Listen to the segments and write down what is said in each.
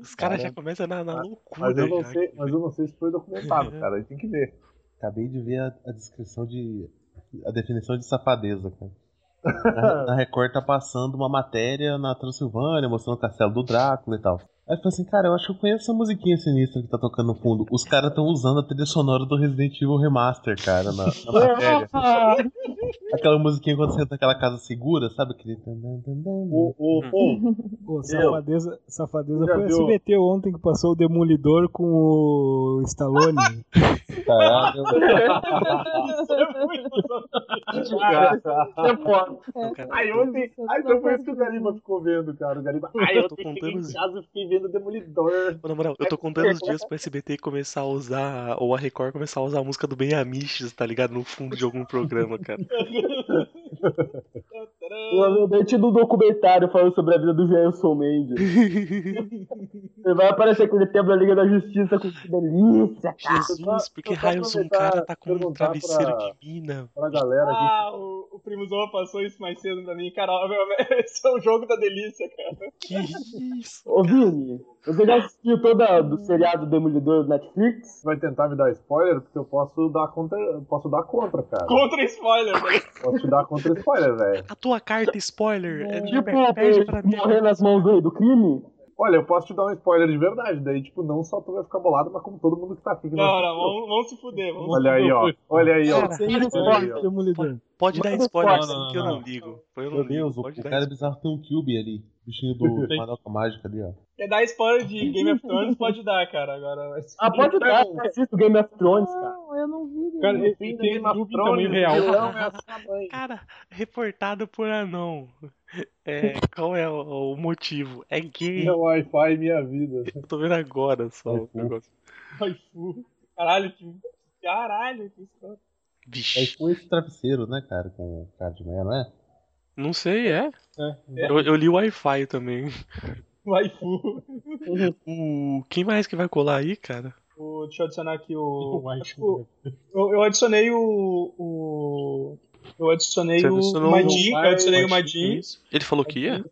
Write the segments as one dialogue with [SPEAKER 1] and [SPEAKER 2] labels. [SPEAKER 1] Os caras já começam na, na loucura.
[SPEAKER 2] Mas eu, não
[SPEAKER 1] já.
[SPEAKER 2] sei, mas eu não sei se foi documentado, cara. Aí tem que ver.
[SPEAKER 3] Acabei de ver a, a descrição de. a definição de safadeza, cara. Na, na Record tá passando uma matéria na Transilvânia, mostrando o castelo do Drácula e tal. Aí eu falei assim, cara, eu acho que eu conheço essa musiquinha sinistra que tá tocando no fundo. Os caras estão usando a trilha sonora do Resident Evil Remaster, cara, na, na matéria. Aquela musiquinha quando você entra naquela casa segura, sabe? Aquele...
[SPEAKER 2] O, o, pô,
[SPEAKER 4] Pô, safadeza, safadeza
[SPEAKER 2] Já
[SPEAKER 4] foi
[SPEAKER 2] viu?
[SPEAKER 4] SBT ontem que passou o Demolidor com o Stallone.
[SPEAKER 3] Caralho.
[SPEAKER 2] cara.
[SPEAKER 1] Ai,
[SPEAKER 2] Aí ontem. Aí então foi isso que o Gariba ficou vendo, cara. O Gariba. Ai,
[SPEAKER 1] Eu
[SPEAKER 2] eu
[SPEAKER 1] tô
[SPEAKER 2] fiquei
[SPEAKER 1] contando
[SPEAKER 2] em
[SPEAKER 1] os-
[SPEAKER 2] casa e fiquei vendo Demolidor.
[SPEAKER 1] Ô, Na moral, eu tô contando os dias pro SBT começar a usar, ou a Record começar a usar a música do Ben Amiches, tá ligado? No fundo de algum programa, cara.
[SPEAKER 5] O lembrete do documentário falando sobre a vida do Jailson Mendes. Ele vai aparecer aquele tempo da Liga da Justiça com que delícia, cara.
[SPEAKER 1] Jesus, por que
[SPEAKER 2] eu só
[SPEAKER 1] raios um
[SPEAKER 2] aproveitar
[SPEAKER 1] cara tá com um
[SPEAKER 2] perguntar
[SPEAKER 1] travesseiro
[SPEAKER 2] pra-
[SPEAKER 1] de mina?
[SPEAKER 2] Pra galera aqui.
[SPEAKER 6] Ah, o, o Primo Zoa passou isso mais cedo pra mim. Cara, esse é o jogo da delícia, cara.
[SPEAKER 1] Que isso?
[SPEAKER 5] Ô Vini, você já assistiu toda do seriado Demolidor do Netflix?
[SPEAKER 2] Vai tentar me dar spoiler, porque eu posso dar contra. eu Posso dar contra, cara.
[SPEAKER 6] Contra spoiler, né? velho.
[SPEAKER 2] Posso te dar contra spoiler, velho.
[SPEAKER 1] A tua carta, spoiler, é
[SPEAKER 5] Tipo,
[SPEAKER 1] perde pra mim.
[SPEAKER 5] morrer nas mãos do, do crime?
[SPEAKER 2] Olha, eu posso te dar um spoiler de verdade. Daí, tipo, não só tu vai ficar bolado, mas como todo mundo que tá aqui. que
[SPEAKER 6] Não, não,
[SPEAKER 2] assistiu.
[SPEAKER 6] vamos, vamos se fuder. Vamos
[SPEAKER 2] Olha aí, ó. Olha aí, ó.
[SPEAKER 4] Sem
[SPEAKER 2] Olha aí,
[SPEAKER 4] spoiler,
[SPEAKER 2] ó.
[SPEAKER 4] Demolidor.
[SPEAKER 1] Pode dar
[SPEAKER 3] Não,
[SPEAKER 1] spoiler,
[SPEAKER 3] não,
[SPEAKER 1] assim,
[SPEAKER 3] não,
[SPEAKER 1] que eu
[SPEAKER 3] não.
[SPEAKER 1] não ligo. Eu não
[SPEAKER 3] Meu Deus,
[SPEAKER 1] ligo,
[SPEAKER 3] o,
[SPEAKER 1] pode
[SPEAKER 3] o
[SPEAKER 1] dar
[SPEAKER 3] cara bizarro tem um cube ali. Bichinho do Madoka Mágica ali, ó.
[SPEAKER 6] Quer dar spoiler de Game of Thrones? Pode dar, cara. Agora vai ser.
[SPEAKER 5] Ah, pode dar, eu assisto Game of Thrones, cara.
[SPEAKER 7] Não, eu não vi.
[SPEAKER 6] Cara,
[SPEAKER 7] nenhum.
[SPEAKER 6] e tem Noob também
[SPEAKER 2] o
[SPEAKER 6] real.
[SPEAKER 2] vilão é a sua mãe.
[SPEAKER 1] Cara, reportado por anão. É, qual é o, o motivo? É gay.
[SPEAKER 2] Meu Wi-Fi, é minha vida.
[SPEAKER 1] Eu tô vendo agora só
[SPEAKER 6] Uhum.
[SPEAKER 1] o negócio.
[SPEAKER 6] Waifu. Caralho, que. Caralho, que escroto.
[SPEAKER 3] Aí
[SPEAKER 1] Vixe.
[SPEAKER 3] foi É, esse travesseiro, né, cara, com o cara de manhã, não é?
[SPEAKER 1] Não sei, é?
[SPEAKER 6] É.
[SPEAKER 1] Eu, eu li o Wi-Fi também.
[SPEAKER 6] Waifu.
[SPEAKER 1] O... Quem mais que vai colar aí, cara?
[SPEAKER 6] O, deixa eu adicionar aqui o. acho que o- eu, eu adicionei o. o eu adicionei
[SPEAKER 1] Você
[SPEAKER 6] o
[SPEAKER 1] adicionou
[SPEAKER 6] Madin.
[SPEAKER 2] o
[SPEAKER 6] Eu adicionei o
[SPEAKER 2] Madin,
[SPEAKER 6] Madin.
[SPEAKER 1] É Ele falou que ia?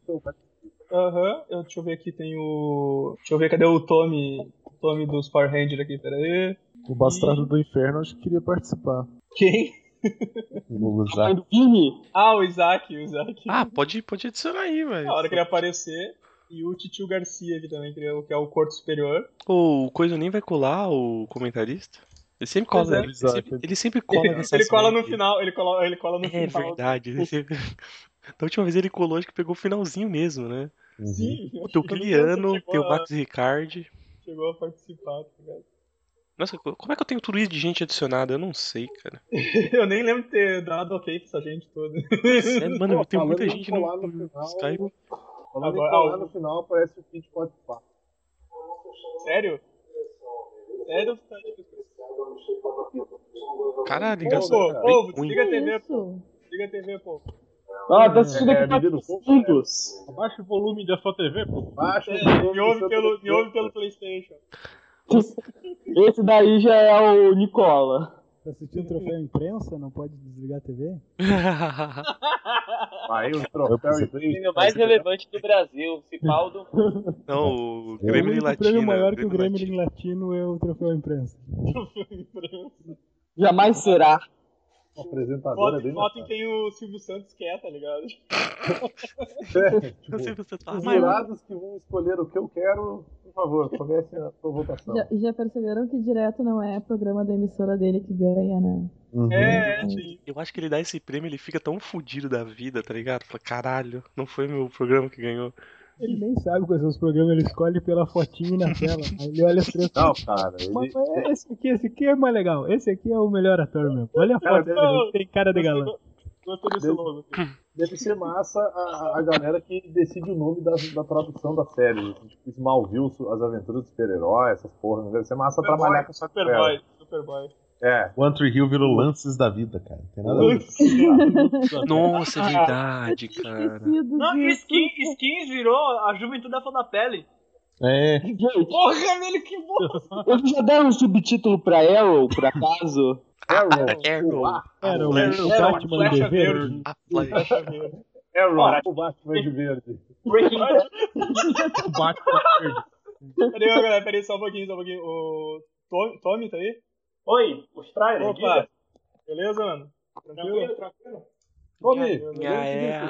[SPEAKER 6] Aham. eu, deixa eu ver aqui, tem o. Deixa eu ver, cadê o Tommy? O Tommy dos Power Rangers aqui, peraí.
[SPEAKER 4] O Bastardo do Inferno acho que queria participar.
[SPEAKER 6] Quem?
[SPEAKER 3] Vou
[SPEAKER 5] A mãe
[SPEAKER 3] usar.
[SPEAKER 5] do Vini?
[SPEAKER 6] Ah, o Isaac, o Isaac.
[SPEAKER 1] Ah, pode, pode adicionar aí, velho.
[SPEAKER 6] Na hora que ele aparecer. E o Titio Garcia aqui também, que é o, que é o Corte Superior.
[SPEAKER 1] Ou o Coisa nem vai colar, o comentarista? Ele sempre
[SPEAKER 6] Pois
[SPEAKER 1] cola,
[SPEAKER 6] é.
[SPEAKER 1] ele, sempre, ele sempre cola
[SPEAKER 6] ele,
[SPEAKER 1] nessas
[SPEAKER 6] ele cola no
[SPEAKER 1] merda.
[SPEAKER 6] final, ele cola, ele cola no
[SPEAKER 1] É
[SPEAKER 6] final.
[SPEAKER 1] verdade. Ele sempre... Da última vez ele colou, acho que pegou o finalzinho mesmo, né?
[SPEAKER 3] um
[SPEAKER 6] Sim,
[SPEAKER 1] Tem o Kiliano,
[SPEAKER 6] Chegou
[SPEAKER 1] tem o
[SPEAKER 6] a-
[SPEAKER 1] Max Ricardi.
[SPEAKER 6] Chegou a participar, tá ligado?
[SPEAKER 1] Nossa, co- como é que eu tenho tudo isso de gente adicionada? Eu não sei, cara.
[SPEAKER 6] Eu nem lembro de ter dado ok pra essa gente toda.
[SPEAKER 1] Sério, É, mano, eu
[SPEAKER 2] Pô,
[SPEAKER 1] tenho
[SPEAKER 2] falando
[SPEAKER 1] muita
[SPEAKER 2] em
[SPEAKER 1] gente no,
[SPEAKER 2] colar no
[SPEAKER 1] no
[SPEAKER 2] final,
[SPEAKER 1] Skype.
[SPEAKER 2] Falando em
[SPEAKER 6] Agora-
[SPEAKER 2] colar
[SPEAKER 6] ah,
[SPEAKER 2] no final, aparece o Pete Potipá.
[SPEAKER 6] Sério? Sério?
[SPEAKER 1] Caralho,
[SPEAKER 6] Ô,
[SPEAKER 1] engraçado.
[SPEAKER 6] pô,
[SPEAKER 1] bem
[SPEAKER 6] ô,
[SPEAKER 1] ruim.
[SPEAKER 6] desliga a TV, pô.
[SPEAKER 7] Isso.
[SPEAKER 6] Desliga a TV, pô.
[SPEAKER 5] Ah, tá assistindo
[SPEAKER 2] É,
[SPEAKER 5] aqui pra
[SPEAKER 2] menino,
[SPEAKER 5] juntos.
[SPEAKER 2] Abaixa o volume da sua TV, pô. Baixa o
[SPEAKER 6] É,
[SPEAKER 2] volume
[SPEAKER 6] me,
[SPEAKER 2] do
[SPEAKER 6] ouve
[SPEAKER 2] seu
[SPEAKER 6] pelo, me
[SPEAKER 2] telefone.
[SPEAKER 6] ouve pelo Playstation.
[SPEAKER 5] Esse daí já é o Nicola.
[SPEAKER 4] Tá assistindo o troféu imprensa? Não pode desligar a TV?
[SPEAKER 2] Aí o troféu e
[SPEAKER 8] prêmio mais relevante do Brasil, Cipaldo.
[SPEAKER 1] não, o
[SPEAKER 4] O
[SPEAKER 1] Grêmio
[SPEAKER 4] único
[SPEAKER 1] Latina.
[SPEAKER 4] prêmio maior que o
[SPEAKER 1] Grêmio
[SPEAKER 4] Grêmio Latino é o troféu imprensa.
[SPEAKER 5] Jamais será.
[SPEAKER 2] o apresentador é
[SPEAKER 6] Votem
[SPEAKER 2] bem
[SPEAKER 6] votem quem o Silvio Santos quer, tá ligado?
[SPEAKER 2] bacana. É, tipo,
[SPEAKER 1] Eu sei você tá.
[SPEAKER 2] Os
[SPEAKER 1] Mas-
[SPEAKER 2] jurados que vão escolher o que eu quero, por favor, comece a sua votação.
[SPEAKER 5] Então.
[SPEAKER 7] Já, já perceberam que direto não é programa da emissora dele que ganha, né?
[SPEAKER 3] Uhum.
[SPEAKER 6] É, sim.
[SPEAKER 1] Eu acho que ele dá esse prêmio, ele fica tão fudido da vida, tá ligado? Fala, caralho, não foi meu programa que ganhou.
[SPEAKER 4] Ele nem sabe quais são os programas, ele escolhe pela fotinha na tela. Aí ele olha as três
[SPEAKER 2] Não, cara, ele...
[SPEAKER 4] Mas mas esse aqui, esse aqui é mais legal. Esse aqui é o melhor ator, meu. Olha a
[SPEAKER 2] Cara,
[SPEAKER 4] foto dele, tem cara de galã.
[SPEAKER 6] Gostei desse
[SPEAKER 2] Deus.
[SPEAKER 6] logo.
[SPEAKER 2] deve ser massa a, a- a galera que decide o nome da, da tradução da série. Tipo, Smallville, Su- As Aventuras do Super-Herói, essas porras. Deve ser massa trabalhar com essa
[SPEAKER 6] Superboy, Superboy.
[SPEAKER 2] É.
[SPEAKER 3] O Antry Hill virou lances da vida, cara. Tem nada a ver.
[SPEAKER 1] Nossa, é verdade, cara.
[SPEAKER 7] Esquecido
[SPEAKER 6] Não, e
[SPEAKER 7] disso.
[SPEAKER 6] skin, Skins virou a juventude da da pele.
[SPEAKER 3] É,
[SPEAKER 5] Gente,
[SPEAKER 6] Porra, velho, que bosta!
[SPEAKER 5] eles já deram um subtítulo pra Arrow, por acaso?
[SPEAKER 2] é,
[SPEAKER 1] Arrow.
[SPEAKER 4] Era o
[SPEAKER 1] É Flash.
[SPEAKER 4] o
[SPEAKER 6] Era um uma
[SPEAKER 4] Batman de
[SPEAKER 6] flecha
[SPEAKER 4] verde.
[SPEAKER 1] A Flash.
[SPEAKER 6] É,
[SPEAKER 2] Arrow, o Batman de verde.
[SPEAKER 8] Breaking Bad.
[SPEAKER 2] O Batman de verde.
[SPEAKER 6] Peraí, ô, galera, peraí, só um pouquinho, só um pouquinho. O Tom- Tommy tá aí?
[SPEAKER 9] Oi, o Strider aqui.
[SPEAKER 6] Opa! Beleza, mano? Tranquilo?
[SPEAKER 9] Tranquilo, tranquilo?
[SPEAKER 2] Tommy,
[SPEAKER 1] Ah, é.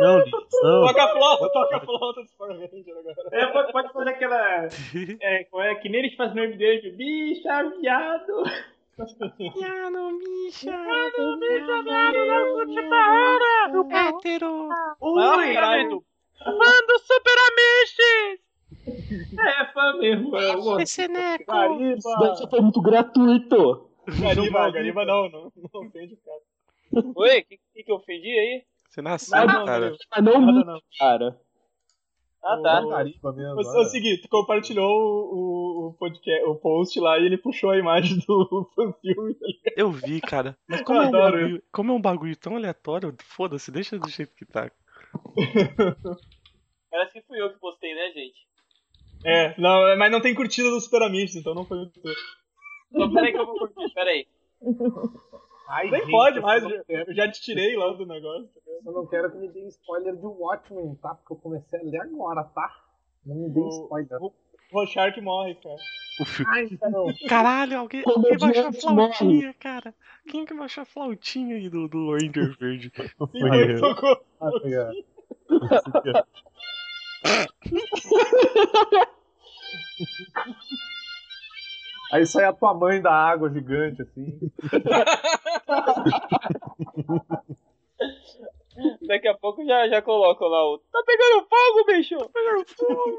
[SPEAKER 3] Não, Liz, não.
[SPEAKER 6] Toca a flauta, toca a flauta do Power Ranger agora.
[SPEAKER 9] É, pode, pode fazer aquela. É, como é que nem eles fazem no MDM, tipo, bicha, viado.
[SPEAKER 1] Miano, bicha.
[SPEAKER 9] bicha, não curte
[SPEAKER 1] Hétero.
[SPEAKER 9] Ui,
[SPEAKER 8] caralho.
[SPEAKER 9] Manda o Super É, fã mesmo, é o
[SPEAKER 1] Seneco.
[SPEAKER 5] Isso daí já foi muito gratuito.
[SPEAKER 6] Gariba, gariba não, não, não ofende o cara.
[SPEAKER 8] Oi, o que, que, que eu ofendi aí?
[SPEAKER 1] Você nasceu,
[SPEAKER 6] Nada, não,
[SPEAKER 1] cara.
[SPEAKER 6] meu.
[SPEAKER 5] Mas não
[SPEAKER 6] Nada
[SPEAKER 5] muito,
[SPEAKER 6] não.
[SPEAKER 5] cara.
[SPEAKER 8] Ah,
[SPEAKER 6] Ô,
[SPEAKER 8] tá.
[SPEAKER 6] ô,
[SPEAKER 2] Cariba mesmo.
[SPEAKER 6] Você, é o
[SPEAKER 2] olha.
[SPEAKER 6] seguinte, tu compartilhou o, o- o podcast, o post lá e ele puxou a imagem do, do filme.
[SPEAKER 1] Eu vi, cara. Mas como é um
[SPEAKER 6] adoro
[SPEAKER 1] bagulho, como é um bagulho tão aleatório, foda-se, deixa do jeito que tá.
[SPEAKER 8] Parece que fui eu que postei, né, gente?
[SPEAKER 6] É, não, mas não tem curtida do Super Amigos, então não foi muito.
[SPEAKER 8] Então, peraí que eu vou curtir, peraí.
[SPEAKER 2] Ai,
[SPEAKER 6] Nem
[SPEAKER 2] gente,
[SPEAKER 6] pode
[SPEAKER 2] eu
[SPEAKER 6] mais,
[SPEAKER 2] só
[SPEAKER 6] eu
[SPEAKER 2] não quero-
[SPEAKER 6] eu já te tirei lá do negócio.
[SPEAKER 2] Eu só não quero que me dê spoiler de Watchmen, tá? Porque eu comecei a ler agora, tá? Não me dê
[SPEAKER 6] O-
[SPEAKER 2] spoiler.
[SPEAKER 6] O Rochark morre, cara.
[SPEAKER 1] O filme.
[SPEAKER 2] Ai, não.
[SPEAKER 1] Caralho, alguém,
[SPEAKER 5] Como
[SPEAKER 1] alguém baixou a
[SPEAKER 5] adiante, mano.
[SPEAKER 1] flautinha, cara. Quem que baixou a flautinha aí do, do Ranger Verde?
[SPEAKER 6] Sim, ele tocou.
[SPEAKER 2] Ah, cara. Aí sai a tua mãe da água gigante, assim.
[SPEAKER 8] Daqui a pouco já, já coloco lá o. Tá pegando fogo, bicho! Tá pegando fogo!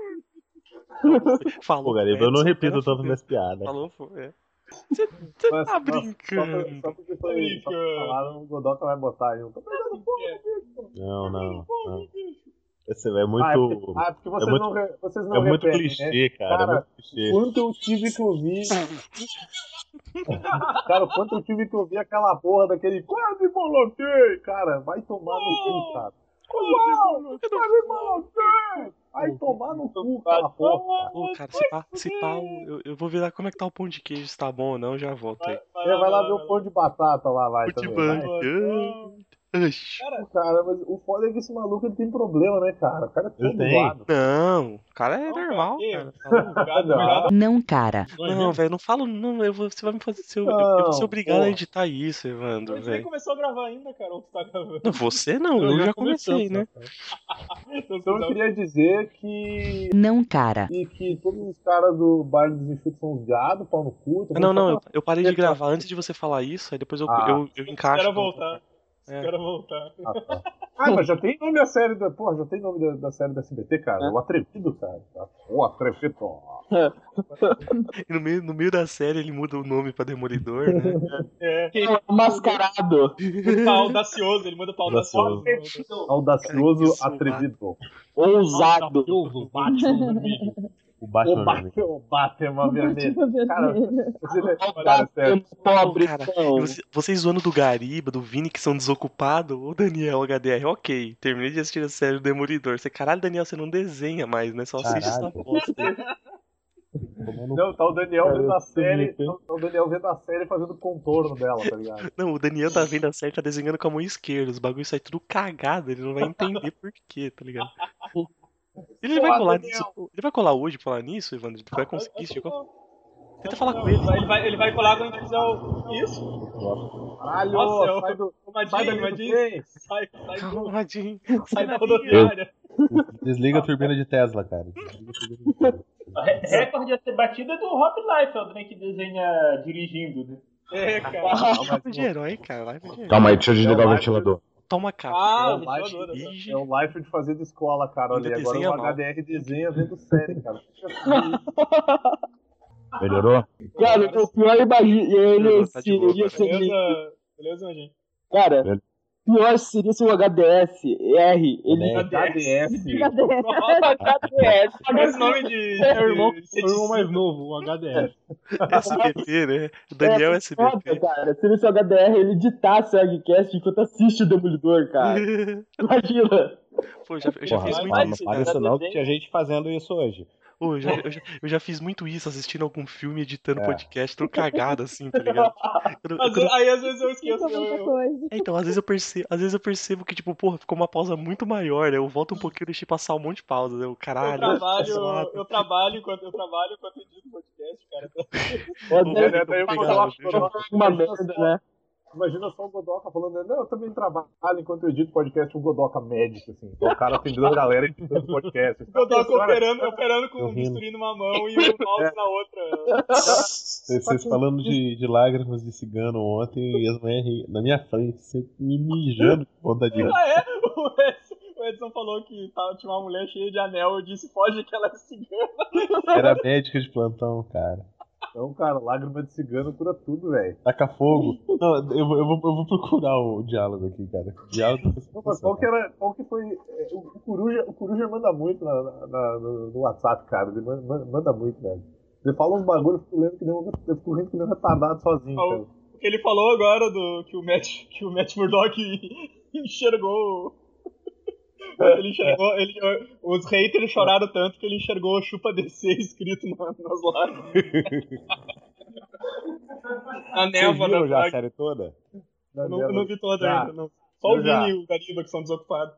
[SPEAKER 1] é um Falou. é,
[SPEAKER 3] Pô, Gariba, eu não
[SPEAKER 1] Edson,
[SPEAKER 3] repito
[SPEAKER 1] cara,
[SPEAKER 3] tanto
[SPEAKER 1] fudeu.
[SPEAKER 3] minhas piadas.
[SPEAKER 1] Falou, foi. é. Você você tá
[SPEAKER 2] Mas, nossa, Só,
[SPEAKER 1] brincando. Tá
[SPEAKER 2] pra- só porque foi só porque
[SPEAKER 6] Brincando.
[SPEAKER 2] falaram, o Godoka vai botar um junto.
[SPEAKER 3] Não, não. não. Esse é muito.
[SPEAKER 2] Ah, é porque, ah, é porque vocês,
[SPEAKER 3] muito-
[SPEAKER 2] não, re- vocês não
[SPEAKER 3] é muito
[SPEAKER 2] repetem, né?
[SPEAKER 3] clichê, cara.
[SPEAKER 2] Cara,
[SPEAKER 3] É muito clichê.
[SPEAKER 2] Quanto eu tive que ouvir. cara, quanto eu tive que ouvir aquela porra daquele quase bolotei, cara. Vai tomar no cu, cara. Quase bolotei! Vai tomar no cu, aquela porra.
[SPEAKER 1] Ô, cara, se pá, se pá eu- eu, eu vou virar como é que tá o pão de queijo, se tá bom ou não, já volto aí.
[SPEAKER 2] Cara. Vai lá ver o pão de batata lá, vai.
[SPEAKER 1] Pão de
[SPEAKER 2] também,
[SPEAKER 1] banho.
[SPEAKER 2] vai.
[SPEAKER 1] Oxi.
[SPEAKER 2] Cara, mas o foda é que esse maluco ele tem problema, né, cara? O cara é todo
[SPEAKER 3] Ele tem.
[SPEAKER 2] lado.
[SPEAKER 1] Não, o cara é
[SPEAKER 6] Não, cara,
[SPEAKER 1] normal,
[SPEAKER 6] que-
[SPEAKER 1] cara. Falou.
[SPEAKER 10] Não, cara.
[SPEAKER 1] Não, velho, não falo, não, eu vou- você vai me fazer ser, eu, eu vou ser
[SPEAKER 2] Não,
[SPEAKER 1] obrigado a
[SPEAKER 2] porra.
[SPEAKER 1] editar isso, Evandro,
[SPEAKER 6] Você nem
[SPEAKER 1] velho.
[SPEAKER 6] começou a gravar ainda, cara, ou tu tá gravando?
[SPEAKER 1] Não, você não, eu, já comecei, né?
[SPEAKER 6] Então,
[SPEAKER 2] Então eu queria dizer que.
[SPEAKER 10] Não, cara.
[SPEAKER 2] E que todos os caras do baile dos enxutos são uns viados, pau no cu.
[SPEAKER 1] Ah, Não, não, eu,
[SPEAKER 2] Tá
[SPEAKER 1] eu parei de
[SPEAKER 2] Ele tá-
[SPEAKER 1] gravar antes de você falar isso, aí depois eu,
[SPEAKER 2] Ah.
[SPEAKER 1] eu, eu encaixo.
[SPEAKER 6] Espera voltar.
[SPEAKER 1] É.
[SPEAKER 6] Espera voltar.
[SPEAKER 2] Ah, tá. Ah, mas já tem nome da série da. Porra, já tem nome da, da série da SBT, cara. O Atrevido, cara. O Atrevido.
[SPEAKER 1] E no meio, no meio da série ele muda o nome pra Demolidor, né?
[SPEAKER 6] É,
[SPEAKER 5] Mascarado.
[SPEAKER 6] tá audacioso, ele manda pra
[SPEAKER 3] tipo,
[SPEAKER 6] audacioso.
[SPEAKER 2] é
[SPEAKER 1] Cara, que
[SPEAKER 2] Audacioso
[SPEAKER 1] isso,
[SPEAKER 2] Atrevido.
[SPEAKER 5] Ousado.
[SPEAKER 2] O Batman vermelho.
[SPEAKER 3] O
[SPEAKER 2] O
[SPEAKER 3] Batman. vermelho.
[SPEAKER 2] Batman, o Batman vermelho. Cara, você- cara, sério.
[SPEAKER 5] Ousado, Pobre,
[SPEAKER 1] Cara,
[SPEAKER 5] não.
[SPEAKER 1] E você- vocês zoando do Gariba, do Vini, que são desocupados, ô Daniel HDR, ok, terminei de assistir a série do Demolidor. Você, caralho, Daniel, você não desenha mais, né? Só assiste essa
[SPEAKER 3] Caralho.
[SPEAKER 1] bosta. aí.
[SPEAKER 3] Tomando
[SPEAKER 2] Não, tá o Daniel
[SPEAKER 5] Cara,
[SPEAKER 2] vendo a série.
[SPEAKER 5] bonito, hein?
[SPEAKER 2] Tá o Daniel vendo a série fazendo contorno dela, tá ligado?
[SPEAKER 1] Não, o Daniel tá vendo a série, tá desenhando com a mão esquerda. Os bagulhos saem tudo cagado, ele não vai entender por quê, tá ligado? Ele vai
[SPEAKER 2] Porra,
[SPEAKER 1] colar
[SPEAKER 2] Daniel.
[SPEAKER 1] nisso. Ele vai colar hoje pra falar nisso, Evandro? Tu vai conseguir, chegou? Tenta falar com
[SPEAKER 6] Ele
[SPEAKER 1] ele.
[SPEAKER 6] vai, ele, vai, ele vai colar quando a gente fizer o. Isso?
[SPEAKER 2] Caralho,
[SPEAKER 6] Nossa, eu-
[SPEAKER 2] sai do. Sai
[SPEAKER 6] Madinho,
[SPEAKER 2] dali do
[SPEAKER 6] Madinho.
[SPEAKER 2] trem.
[SPEAKER 6] Sai, sai, do-
[SPEAKER 1] Calma, Radinho.
[SPEAKER 6] sai da
[SPEAKER 1] linha.
[SPEAKER 6] rodoviária.
[SPEAKER 3] Desliga a turbina de Tesla, cara. Desliga a turbina de Tesla.
[SPEAKER 9] Re- Recorde a ser batida é do Rob Liefeld, né? Que desenha dirigindo, né?
[SPEAKER 6] É, cara.
[SPEAKER 1] Live de herói, cara. Live de herói.
[SPEAKER 11] Calma aí, deixa eu desligar
[SPEAKER 2] É o
[SPEAKER 11] o
[SPEAKER 2] Life-
[SPEAKER 11] ventilador.
[SPEAKER 1] Toma café.
[SPEAKER 6] Ah,
[SPEAKER 2] Eu
[SPEAKER 6] o
[SPEAKER 2] acho
[SPEAKER 6] ventilador. né?
[SPEAKER 1] Ige.
[SPEAKER 2] É o life de fazer de escola, cara. Olha,
[SPEAKER 1] Ainda
[SPEAKER 2] aí, agora é
[SPEAKER 1] desenha
[SPEAKER 2] o
[SPEAKER 1] mal.
[SPEAKER 2] HDR desenha vendo série, cara.
[SPEAKER 11] Melhorou?
[SPEAKER 5] Cara, o pior imagina.
[SPEAKER 1] Não,
[SPEAKER 5] Ele
[SPEAKER 1] tá de
[SPEAKER 5] seria
[SPEAKER 1] boa, cara.
[SPEAKER 5] se-
[SPEAKER 6] Beleza, beleza, Madinho?
[SPEAKER 5] Cara, pior seria se o HDS R.
[SPEAKER 2] É,
[SPEAKER 5] Ele.
[SPEAKER 3] é,
[SPEAKER 2] HDS.
[SPEAKER 8] HDS.
[SPEAKER 6] Parece nome de.
[SPEAKER 4] É o irmão,
[SPEAKER 6] de-
[SPEAKER 4] é o irmão mais novo, o
[SPEAKER 5] É,
[SPEAKER 4] HDS.
[SPEAKER 1] SBT, né? O Daniel
[SPEAKER 5] foda,
[SPEAKER 1] SBT.
[SPEAKER 5] cara. Seria se o HDR ele ditasse o Agcast enquanto assiste o Demolidor, cara. Imagina.
[SPEAKER 1] Pô, já, eu já
[SPEAKER 11] Porra,
[SPEAKER 1] fiz
[SPEAKER 11] não
[SPEAKER 1] muito
[SPEAKER 11] fala-
[SPEAKER 1] isso,
[SPEAKER 11] Não fala
[SPEAKER 1] cara.
[SPEAKER 11] isso não, que tinha gente fazendo isso hoje.
[SPEAKER 1] Pô, eu já, eu já- eu já fiz muito isso assistindo algum filme, editando
[SPEAKER 3] É.
[SPEAKER 1] podcast, tô cagado assim, tá ligado? Eu não- eu
[SPEAKER 6] Mas,
[SPEAKER 1] não-
[SPEAKER 6] aí às vezes eu esqueço.
[SPEAKER 7] Fica muita coisa.
[SPEAKER 1] É, então, às vezes eu percebo, às vezes eu percebo que, tipo, porra, ficou uma pausa muito maior, né? Eu volto um pouquinho e deixei passar um monte de pausa, né? Eu,
[SPEAKER 6] Eu
[SPEAKER 1] caralho,
[SPEAKER 4] tá
[SPEAKER 6] trabalho,
[SPEAKER 1] suado.
[SPEAKER 6] eu trabalho enquanto eu trabalho enquanto eu edito podcast, cara.
[SPEAKER 5] Eu
[SPEAKER 1] Ô,
[SPEAKER 5] dei-
[SPEAKER 1] velho, eu
[SPEAKER 2] daí eu
[SPEAKER 1] vou
[SPEAKER 2] vou
[SPEAKER 1] pegar,
[SPEAKER 2] falar
[SPEAKER 1] eu já-
[SPEAKER 5] uma merda, né?
[SPEAKER 2] Imagina só o Godoca falando, né? não, eu também trabalho enquanto eu edito podcast, um Godoca médico, assim. Então, o cara atendendo a galera editando podcast.
[SPEAKER 6] Eu tô
[SPEAKER 2] Cara,
[SPEAKER 6] operando, operando com
[SPEAKER 3] Eu
[SPEAKER 6] o
[SPEAKER 3] rindo.
[SPEAKER 6] bisturi numa mão e o mouse na outra.
[SPEAKER 3] Vocês vocês falando de, de lágrimas de cigano ontem e as mulheres ri- na minha frente, sempre me mijando de vontade de rir.
[SPEAKER 6] Ah, é? O Edson, o Edson falou que tava, tinha uma mulher cheia de anel. Eu disse, foge que ela é cigana.
[SPEAKER 3] Era médica de plantão, cara.
[SPEAKER 2] Então, cara, lágrima de cigano cura tudo, velho.
[SPEAKER 3] Taca fogo. Não, eu, vou- eu vou, eu vou procurar o diálogo aqui, cara. Diálogo. tá
[SPEAKER 2] Não, mas qual que, era, qual que foi. é, O o Coruja, o Coruja manda muito na- na- na- no, no WhatsApp, cara. Ele man- man- manda, muito, velho. Ele fala uns bagulho, eu fico lendo que nem um- eu fico rindo que nem um retardado sozinho,
[SPEAKER 6] Ah, o-
[SPEAKER 2] cara.
[SPEAKER 6] O que ele falou agora do que o Matt, que o Matt Murdock enxergou. o- Ele enxergou. ele- os haters choraram tanto que ele enxergou chupa DC escrito na- nas lágrimas.
[SPEAKER 8] A
[SPEAKER 3] Vocês
[SPEAKER 8] névoa
[SPEAKER 3] viram
[SPEAKER 8] da
[SPEAKER 3] já a
[SPEAKER 8] praga.
[SPEAKER 3] série toda?
[SPEAKER 2] Na
[SPEAKER 6] Eu não,
[SPEAKER 2] minha-
[SPEAKER 6] eu não vi toda
[SPEAKER 2] Já.
[SPEAKER 6] ainda, não. Só o
[SPEAKER 2] Eu já.
[SPEAKER 6] Vini e o Gariba que são desocupados.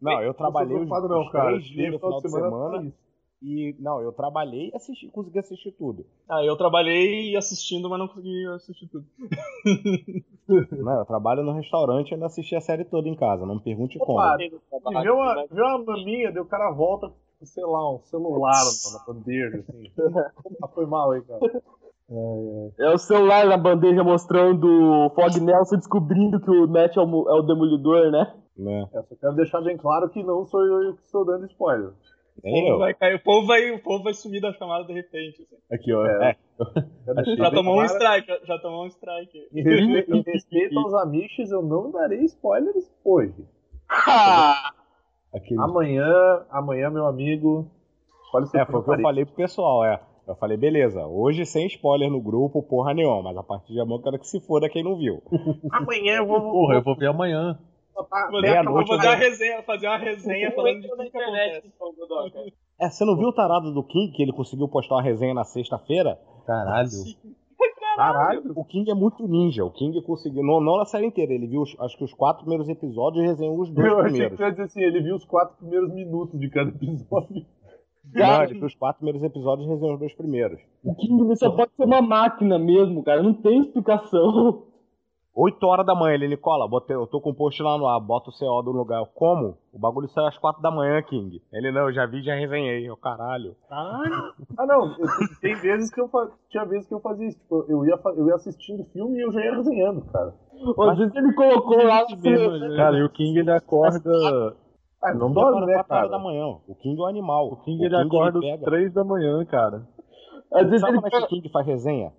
[SPEAKER 11] Não, eu trabalhei
[SPEAKER 2] sou
[SPEAKER 11] os,
[SPEAKER 2] preocupado,
[SPEAKER 11] os três dias
[SPEAKER 2] Teve
[SPEAKER 11] no final de
[SPEAKER 2] só
[SPEAKER 11] semana
[SPEAKER 2] isso.
[SPEAKER 11] e. Não, eu trabalhei e assisti, consegui assistir tudo.
[SPEAKER 6] Ah, eu trabalhei assistindo, mas não consegui assistir tudo.
[SPEAKER 11] Não, Né, eu trabalho no restaurante e ainda assisti a série toda em casa. Não me pergunte como.
[SPEAKER 2] Opa,
[SPEAKER 8] Tá
[SPEAKER 2] E vê uma, vê
[SPEAKER 11] assim,
[SPEAKER 2] uma maminha, daí o cara volta, tipo, sei lá, um celular mano, na bandeja, assim. Ah, foi mal aí, cara.
[SPEAKER 5] É o celular na bandeja mostrando o Fog Nelson descobrindo que o Matt é o, mo- é o demolidor, né?
[SPEAKER 11] Né?
[SPEAKER 2] É, só quero deixar bem claro que não sou eu que estou dando spoiler.
[SPEAKER 6] O
[SPEAKER 11] Nem
[SPEAKER 6] povo
[SPEAKER 11] É eu.
[SPEAKER 6] vai cair, o povo vai, o povo vai sumir da chamada de repente. assim.
[SPEAKER 3] Aqui, ó.
[SPEAKER 2] É.
[SPEAKER 3] É,
[SPEAKER 2] Quero deixar
[SPEAKER 6] Já
[SPEAKER 2] bem
[SPEAKER 6] tomou um
[SPEAKER 2] claro.
[SPEAKER 6] strike, já, já tomou um strike.
[SPEAKER 2] Em respeito, em respeito aos amiches, eu não darei spoilers hoje.
[SPEAKER 3] aquele...
[SPEAKER 2] Amanhã, amanhã, meu amigo. Olha
[SPEAKER 11] É, foi o que eu falei pro pessoal, é. Eu falei, beleza, hoje sem spoiler no grupo, porra nenhuma, mas a partir de amanhã eu quero que se foda quem não viu.
[SPEAKER 2] Amanhã eu vou.
[SPEAKER 3] Porra, eu vou ver amanhã.
[SPEAKER 2] botar
[SPEAKER 6] Vou
[SPEAKER 2] até
[SPEAKER 6] dar-
[SPEAKER 2] acabar-
[SPEAKER 11] noite,
[SPEAKER 6] vou fazer uma resenha, fazer uma resenha falando de
[SPEAKER 8] Entra na
[SPEAKER 6] tudo que
[SPEAKER 8] internet,
[SPEAKER 6] acontece.
[SPEAKER 8] então, Godoka.
[SPEAKER 11] É, você não viu o tarado do King, que ele conseguiu postar uma resenha na sexta-feira?
[SPEAKER 3] Caralho.
[SPEAKER 2] Caralho.
[SPEAKER 11] O King é muito ninja, o King conseguiu, não, não na série inteira, ele viu os- acho que os quatro primeiros episódios e resenhou os dois
[SPEAKER 2] Eu achei que
[SPEAKER 11] primeiros.
[SPEAKER 2] tu ia dizer assim, ele viu os quatro primeiros minutos de cada episódio.
[SPEAKER 11] Não, ele viu os quatro primeiros episódios e resenhou os dois primeiros.
[SPEAKER 5] O King só pode ser uma máquina mesmo, cara. Não tem explicação.
[SPEAKER 11] 8 horas da manhã, ele, Nicola, botei, eu tô com o post lá no ar, bota o CO do lugar. Eu, como? O bagulho saiu às 4 da manhã, King. Ele, não, eu já vi, já resenhei. Eu, caralho.
[SPEAKER 2] Ah, não. eu- tem vezes que eu fa- tinha vezes que eu fazia isso. Tipo, eu ia, fa- eu ia assistindo filme e eu já ia resenhando, cara.
[SPEAKER 5] Às vezes ele colocou lá no
[SPEAKER 12] é.
[SPEAKER 3] Cara, e o King ele acorda.
[SPEAKER 2] Ah, não
[SPEAKER 11] Bota
[SPEAKER 2] dorme,
[SPEAKER 11] às
[SPEAKER 2] né,
[SPEAKER 11] 4 horas da
[SPEAKER 2] cara?
[SPEAKER 11] manhã. O King é um animal.
[SPEAKER 3] O King ele acorda às
[SPEAKER 11] pega-
[SPEAKER 3] 3 da manhã, cara.
[SPEAKER 5] Às vezes
[SPEAKER 11] Sabe
[SPEAKER 5] ele
[SPEAKER 11] como é que
[SPEAKER 5] pega...
[SPEAKER 11] o King faz resenha?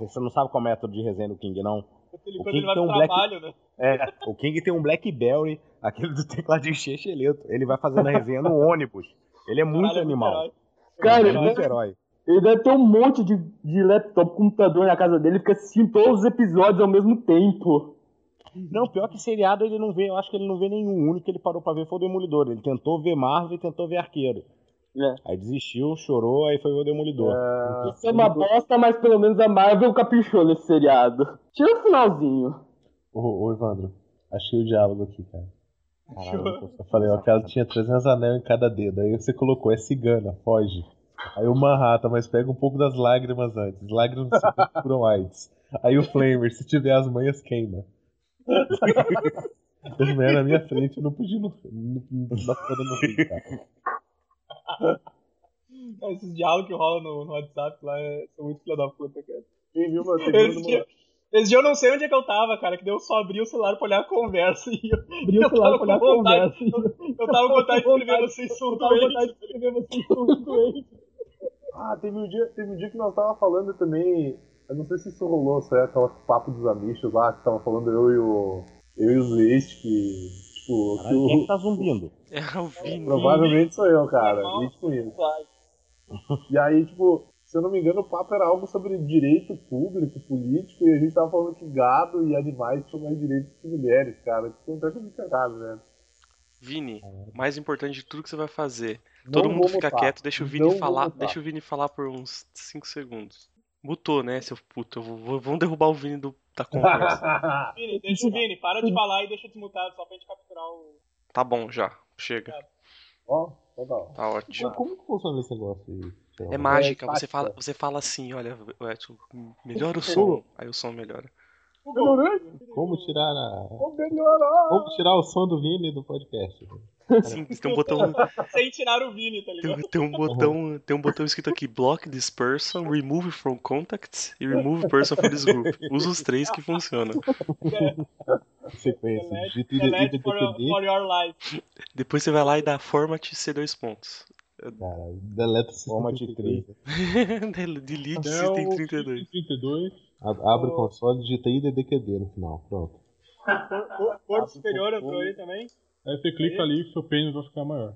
[SPEAKER 11] Você não sabe qual é o método de resenha do King, não?
[SPEAKER 6] Ele-
[SPEAKER 11] O
[SPEAKER 6] Quando ele
[SPEAKER 11] King
[SPEAKER 6] vai
[SPEAKER 11] tem
[SPEAKER 6] pro
[SPEAKER 11] um black-
[SPEAKER 6] trabalho, né?
[SPEAKER 11] É, o King tem um Blackberry, aquele do teclado de checheleto. Ele vai fazendo a resenha no ônibus. Ele é muito
[SPEAKER 6] Caralho,
[SPEAKER 11] animal.
[SPEAKER 5] Cara,
[SPEAKER 11] ele é
[SPEAKER 5] ele
[SPEAKER 11] muito
[SPEAKER 5] deve,
[SPEAKER 11] herói.
[SPEAKER 5] ele deve ter um monte de, de laptop, computador na casa dele. Fica assistindo todos os episódios ao mesmo tempo.
[SPEAKER 11] Não, pior que seriado ele não vê, eu acho que ele não vê nenhum. O único que ele parou pra ver foi o Demolidor. Ele tentou ver Marvel e tentou ver Arqueiro.
[SPEAKER 5] É.
[SPEAKER 11] Aí desistiu, chorou, aí foi ver o Demolidor.
[SPEAKER 6] Ah,
[SPEAKER 5] Isso é uma bosta, mas pelo menos a Marvel caprichou nesse seriado. Tira o finalzinho.
[SPEAKER 3] Ô, ô, Evandro, achei o diálogo aqui, cara.
[SPEAKER 11] Caralho, não consigo.
[SPEAKER 3] Eu falei, ó, que ela tinha 300 anel em cada dedo. Aí você colocou, é cigana, foge. Aí o Manhattan, mas pega um pouco das lágrimas antes. Lágrimas que curam AIDS. Aí o Flamer, se tiver as manhas, queima. As manhas na minha frente, eu não podia não, não, não, não, não rir, cara.
[SPEAKER 6] Cara, Esses diálogos que rolam no, no WhatsApp lá é- são muito filha da puta, cara.
[SPEAKER 2] Tem, viu, mano? Tem
[SPEAKER 6] Esse
[SPEAKER 2] viu,
[SPEAKER 6] dia, esse dia eu não sei onde é que eu tava, cara, que deu só abrir o celular pra olhar a conversa e eu,
[SPEAKER 4] Abriu o
[SPEAKER 6] Eu
[SPEAKER 4] celular
[SPEAKER 6] tava
[SPEAKER 4] pra olhar a
[SPEAKER 6] com vontade.
[SPEAKER 4] conversa. Eu
[SPEAKER 6] eu tava com vontade de
[SPEAKER 4] Eu
[SPEAKER 6] escrever vocês são
[SPEAKER 4] tava com vontade
[SPEAKER 6] doentes.
[SPEAKER 4] de escrever vocês são doentes.
[SPEAKER 2] Ah, teve um dia, teve um dia que nós tava falando também. Eu não sei se isso rolou, se é aquele papo dos amichos lá que tava falando eu e o. Eu e o Luiz, que. Tipo, que
[SPEAKER 11] Caralho, quem é que
[SPEAKER 2] o,
[SPEAKER 11] tá zumbindo?
[SPEAKER 1] É o Vini.
[SPEAKER 2] provavelmente sou eu, cara.
[SPEAKER 6] Normal.
[SPEAKER 2] E, tipo, isso. e aí, tipo, se eu não me engano, o papo era algo sobre direito público, político, e a gente tava falando que gado e animais são mais direitos que é um mulheres, cara. Isso acontece muito cagado, né?
[SPEAKER 1] Vini, mais importante de tudo que você vai fazer, Todo
[SPEAKER 2] Não
[SPEAKER 1] mundo
[SPEAKER 2] vou
[SPEAKER 1] fica
[SPEAKER 2] mutar.
[SPEAKER 1] quieto, deixa o Vini
[SPEAKER 2] Não vou
[SPEAKER 1] falar.
[SPEAKER 2] mutar.
[SPEAKER 1] Deixa o Vini falar por uns 5 segundos. Mutou, né, seu puto? Eu vou- vou- vamos derrubar o Vini do- da conversa.
[SPEAKER 6] Vini, deixa o Vini, para de falar e deixa desmutado só pra gente capturar o.
[SPEAKER 1] tá bom já. Chega.
[SPEAKER 2] Ó, legal.
[SPEAKER 1] Tá ótimo.
[SPEAKER 3] Como que funciona esse negócio aí? Sei lá.
[SPEAKER 1] É mágica, você fala, você fala assim, olha, Edson, melhora o som. Aí o som melhora.
[SPEAKER 3] Como tirar a.
[SPEAKER 2] melhorar.
[SPEAKER 3] Como tirar o som do Vini do podcast?
[SPEAKER 1] Simples, tem um botão.
[SPEAKER 6] Sem tirar o Vini, tá ligado?
[SPEAKER 1] Tem, tem um botão, tem um botão escrito aqui, block this person, remove from contacts e remove person from this group. Usa os três que funcionam.
[SPEAKER 3] Sequência. Digita e
[SPEAKER 6] Delete for, for your life.
[SPEAKER 1] Depois você vai lá e dá format C2 pontos.
[SPEAKER 3] Caralho, deleta o sistema de 3.
[SPEAKER 1] Delete se tem 32.
[SPEAKER 3] 32. Abre o console, digita IDDQD no final. Pronto.
[SPEAKER 6] Cor-
[SPEAKER 1] Ah,
[SPEAKER 6] cor-
[SPEAKER 1] tá
[SPEAKER 6] Corpo superior entrou aí também.
[SPEAKER 12] Aí você clica ali e seu pênis vai ficar maior.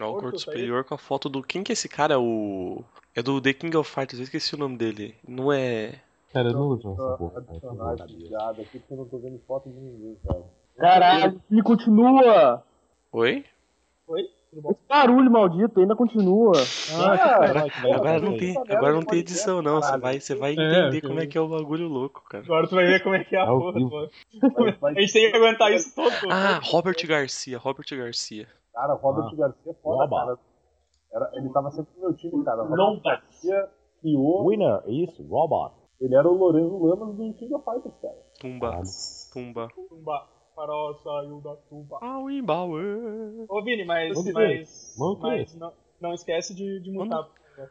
[SPEAKER 1] Ó, o
[SPEAKER 6] Corpo
[SPEAKER 1] corpo
[SPEAKER 6] tá aí.
[SPEAKER 1] superior com a foto do. Quem que é esse cara? O. É do The King of Fighters, eu esqueci o nome dele. Não é.
[SPEAKER 3] Cara, eu não uso
[SPEAKER 2] Ah,
[SPEAKER 3] essa porra. cara.
[SPEAKER 2] Adicionar esse viado aqui porque eu não tô vendo foto de ninguém, cara.
[SPEAKER 5] Caralho, e continua!
[SPEAKER 1] Oi?
[SPEAKER 6] Oi?
[SPEAKER 5] Esse barulho maldito ainda continua.
[SPEAKER 12] Ah,
[SPEAKER 1] agora,
[SPEAKER 11] É,
[SPEAKER 1] agora não tem, agora não tem edição, não. Você vai, você vai entender como é que é o bagulho louco, cara.
[SPEAKER 6] Agora tu vai ver como é que é a
[SPEAKER 1] Ao
[SPEAKER 6] porra,
[SPEAKER 1] vivo.
[SPEAKER 6] pô. A gente tem que aguentar isso todo.
[SPEAKER 1] Ah, Robert Garcia, Robert Garcia.
[SPEAKER 2] Cara, Robert Garcia é foda, cara. Era, ele tava sempre no meu time, cara. Robert
[SPEAKER 1] Não,
[SPEAKER 2] Garcia criou.
[SPEAKER 11] Winner, isso, Robot.
[SPEAKER 2] Ele era o Lorenzo Lamas do King of Fighters, cara.
[SPEAKER 1] Tumba.
[SPEAKER 11] Ah.
[SPEAKER 1] Tumba.
[SPEAKER 6] Tumba. Farol saiu da tumba.
[SPEAKER 1] Ah, o Imbauer.
[SPEAKER 6] Ô, Vini, mas.
[SPEAKER 1] Ô, Vini,
[SPEAKER 6] mas,
[SPEAKER 1] manda o quê?
[SPEAKER 6] mas não, não esquece de, de mutar.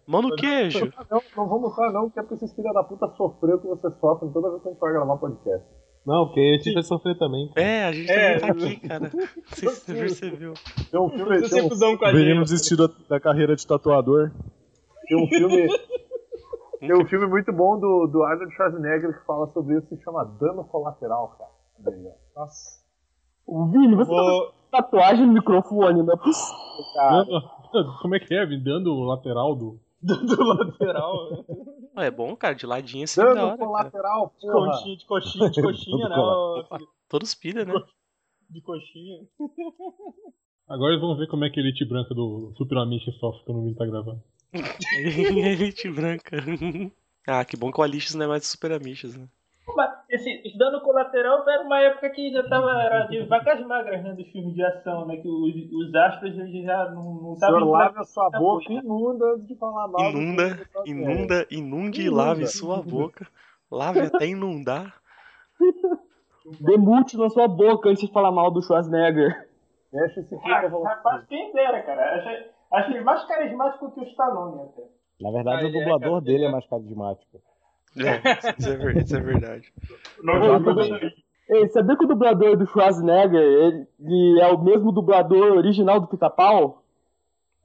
[SPEAKER 1] Mano,
[SPEAKER 2] Não, não vou mostrar não, porque é porque vocês filha da puta sofreram o que vocês sofrem toda vez que a gente vai gravar podcast.
[SPEAKER 3] Não, porque a gente vai sofrer também.
[SPEAKER 1] É, a gente também
[SPEAKER 2] É.
[SPEAKER 1] tá aqui, cara. Você, você percebeu?
[SPEAKER 2] Tem um filme, tem
[SPEAKER 1] Então,
[SPEAKER 2] um,
[SPEAKER 12] Veneno desistiu da, da carreira de tatuador.
[SPEAKER 2] tem um filme. tem um filme muito bom do, do Arnold Schwarzenegger que fala sobre isso, se chama Dano Colateral, cara. Olha aí, ó. Nossa.
[SPEAKER 5] Vini, você tá fazendo tatuagem no microfone, não é possível, cara.
[SPEAKER 12] Dando- Como é que é? Vini? Dando o lateral do.
[SPEAKER 6] Do lateral.
[SPEAKER 1] Ah, é bom, cara, de ladinho assim da
[SPEAKER 2] Dano
[SPEAKER 1] hora. Cara.
[SPEAKER 2] Colateral,
[SPEAKER 6] De
[SPEAKER 2] porra.
[SPEAKER 6] coxinha, de coxinha, de coxinha, né? ô, filho?
[SPEAKER 1] Todos pilha, né?
[SPEAKER 6] De coxinha.
[SPEAKER 12] Agora eles vão ver como é que a elite branca do Super Amish sofre quando o Vini tá gravando.
[SPEAKER 1] Elite é branca. Ah, que bom que o Alixis não é mais do Super Amiches, né?
[SPEAKER 9] Mas esse esse dano colateral era uma época que já tava era de vacas magras, né, dos filmes de ação, né, que os, os astros eles já não, não
[SPEAKER 2] O
[SPEAKER 1] Tá
[SPEAKER 2] senhor
[SPEAKER 9] sabiam
[SPEAKER 2] lave
[SPEAKER 9] pra-
[SPEAKER 2] a sua
[SPEAKER 9] pra-
[SPEAKER 2] boca imunda antes de falar mal. do filme
[SPEAKER 1] Inunda,
[SPEAKER 2] que você tá vendo.
[SPEAKER 1] inunda, inunde e
[SPEAKER 2] Inunda.
[SPEAKER 1] lave sua boca. Lave até inundar.
[SPEAKER 5] Demute na sua boca antes de falar mal do Schwarzenegger.
[SPEAKER 2] Deixa esse
[SPEAKER 9] Ah, rapaz, quem dera, cara. Achei, achei ele mais carismático que o Stallone, até.
[SPEAKER 11] Na verdade, o dublador dele é mais carismático.
[SPEAKER 1] É, isso, é ver- isso é verdade.
[SPEAKER 5] Ei, sabia que o dublador do Schwarzenegger ele, ele é o mesmo dublador original do Pica-Pau?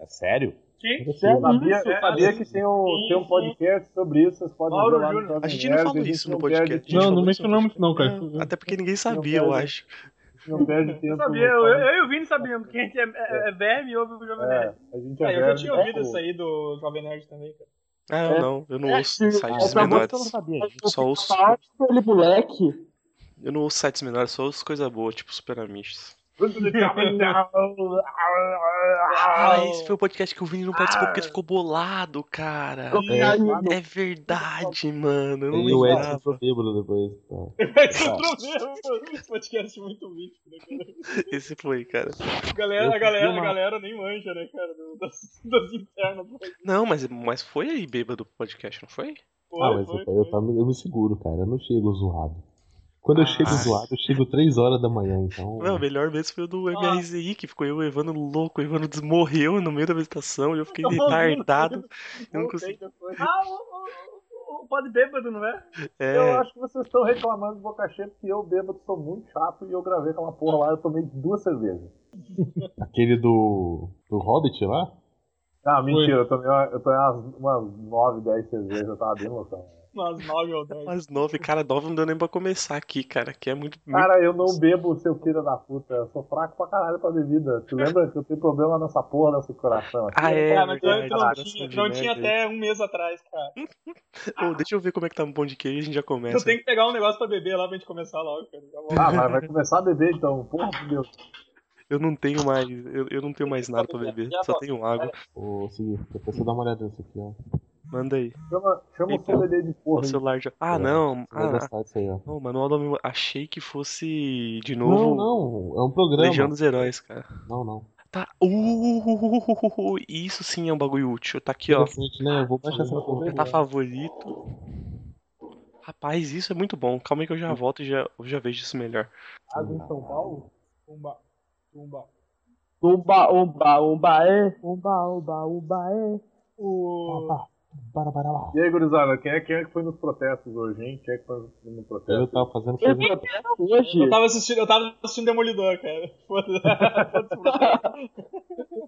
[SPEAKER 11] É sério?
[SPEAKER 9] Sim.
[SPEAKER 1] é
[SPEAKER 5] Sério?
[SPEAKER 2] Sabia,
[SPEAKER 5] isso,
[SPEAKER 2] sabia
[SPEAKER 5] cara.
[SPEAKER 2] que tem um, tem um podcast sobre isso, vocês podem
[SPEAKER 12] Mauro
[SPEAKER 2] ver lá no
[SPEAKER 12] Júnior.
[SPEAKER 2] Jovem
[SPEAKER 1] A gente não
[SPEAKER 2] Nerd,
[SPEAKER 1] falou
[SPEAKER 2] a gente
[SPEAKER 1] isso no
[SPEAKER 2] não perde
[SPEAKER 1] podcast.
[SPEAKER 2] tempo.
[SPEAKER 12] Não, não mencionamos isso não, cara.
[SPEAKER 1] Até porque ninguém sabia,
[SPEAKER 2] Não
[SPEAKER 1] eu
[SPEAKER 2] perde.
[SPEAKER 1] acho.
[SPEAKER 2] Não perde um tempo. né?
[SPEAKER 9] Eu sabia, eu, eu, eu e o Vini sabíamos que a gente é, é, é verme e ouve o Jovem Nerd.
[SPEAKER 2] a gente
[SPEAKER 6] Ah, eu já
[SPEAKER 2] verde,
[SPEAKER 3] É,
[SPEAKER 6] tinha
[SPEAKER 2] né?
[SPEAKER 6] ouvido isso aí do Jovem Nerd também, cara.
[SPEAKER 1] Ah, eu não, eu não ouço sites
[SPEAKER 5] essa música
[SPEAKER 1] menores.
[SPEAKER 5] eu não sabia.
[SPEAKER 1] Só ouço, tipo,
[SPEAKER 5] Ele, moleque.
[SPEAKER 1] eu não ouço sites menores, só ouço coisa boa, tipo Super Amiches. Ah, esse foi o podcast que o Vini não participou porque ele ficou bolado, cara.
[SPEAKER 3] É.
[SPEAKER 1] É verdade, mano. Eu não
[SPEAKER 3] E o Edson
[SPEAKER 1] lembrava.
[SPEAKER 3] ficou bêbado depois. então.
[SPEAKER 6] Esse podcast é muito mítico, né, cara?
[SPEAKER 1] Esse foi, cara.
[SPEAKER 6] A galera, a
[SPEAKER 1] Eu
[SPEAKER 6] galera,
[SPEAKER 1] vi
[SPEAKER 6] a
[SPEAKER 1] uma-
[SPEAKER 6] galera nem manja, né, cara, do- das, das internas. do-
[SPEAKER 1] Não, mas, mas foi aí bêbado do podcast, não foi?
[SPEAKER 3] Ah, mas eu, eu, tava- eu me seguro, cara. Eu não chego zoado. Quando eu chego zoado, eu chego 3 horas da manhã, então.
[SPEAKER 1] Não, o melhor mesmo foi o do MRZI, que ficou eu e o Evandro louco. O Evandro desmorreu no meio da visitação e eu fiquei
[SPEAKER 9] Não,
[SPEAKER 1] retardado. Eu não
[SPEAKER 9] Voltei
[SPEAKER 1] consegui.
[SPEAKER 9] depois. Ah, o, o, o, o Pod Bêbado, não é?
[SPEAKER 1] É.
[SPEAKER 2] Eu acho que vocês estão reclamando de boca cheia porque eu bêbado sou muito chato e eu gravei aquela porra lá, eu tomei duas cervejas.
[SPEAKER 3] Aquele do. do Hobbit lá?
[SPEAKER 2] Ah, mentira, eu tomei, uma- eu tomei umas, umas 9, 10 cervejas, eu tava bem loucão.
[SPEAKER 6] Umas 9 ou 10.
[SPEAKER 1] Mas nove, cara, nove não deu nem pra começar aqui, cara. Que é muito.
[SPEAKER 6] Ah,
[SPEAKER 2] Cara, eu não bebo, seu filho da puta. Eu sou fraco pra caralho pra bebida. Tu lembra que eu tenho problema nessa porra desse coração aqui?
[SPEAKER 1] Ah, é,
[SPEAKER 6] Ah, mas tu- tu não
[SPEAKER 1] verdade.
[SPEAKER 6] tinha, tu não
[SPEAKER 1] né,
[SPEAKER 6] tinha até um mês atrás, cara.
[SPEAKER 1] Ô, deixa eu ver como é que tá um pão de queijo e a gente já começa.
[SPEAKER 6] Tu tem que pegar um negócio pra beber lá pra gente começar logo, cara. Já volto.
[SPEAKER 2] Ah, mas vai começar a beber então. Porra, meu Deus.
[SPEAKER 1] Eu não tenho mais. Eu, eu não tenho mais nada pra beber. Só tenho água.
[SPEAKER 3] Ô, Sigir, depois você dá uma olhada nisso aqui, ó.
[SPEAKER 1] Manda aí.
[SPEAKER 2] Chama, chama
[SPEAKER 6] Então,
[SPEAKER 2] o celular de porra.
[SPEAKER 1] O
[SPEAKER 2] aí.
[SPEAKER 1] celular já. Ah,
[SPEAKER 3] É,
[SPEAKER 1] não.
[SPEAKER 3] Você vai
[SPEAKER 1] Ah,
[SPEAKER 3] gostar disso aí, ó.
[SPEAKER 1] não, manual do Homem- Achei que fosse de
[SPEAKER 3] Não,
[SPEAKER 1] novo.
[SPEAKER 3] não, é um programa.
[SPEAKER 1] Legião dos Heróis, cara.
[SPEAKER 3] Não, não.
[SPEAKER 1] Tá. Uh, isso sim é um bagulho útil. Tá aqui, ó.
[SPEAKER 3] Interessante, né? Eu vou baixar essa porra.
[SPEAKER 1] Completar tá favorito. Rapaz, isso é muito bom. Calma aí que eu já volto e já, eu já vejo isso melhor.
[SPEAKER 6] Água em São Paulo? Tumba. Tumba.
[SPEAKER 5] Umba, umba, umba, é. Umba, umba, umba, é.
[SPEAKER 6] O...
[SPEAKER 2] E aí, gurizada, quem é, quem é que foi nos protestos hoje, hein? Quem é que foi no protesto?
[SPEAKER 3] Eu tava fazendo
[SPEAKER 6] Eu,
[SPEAKER 3] coisa.
[SPEAKER 6] eu tava assistindo, eu tava assistindo Demolidor, cara. Foda-se.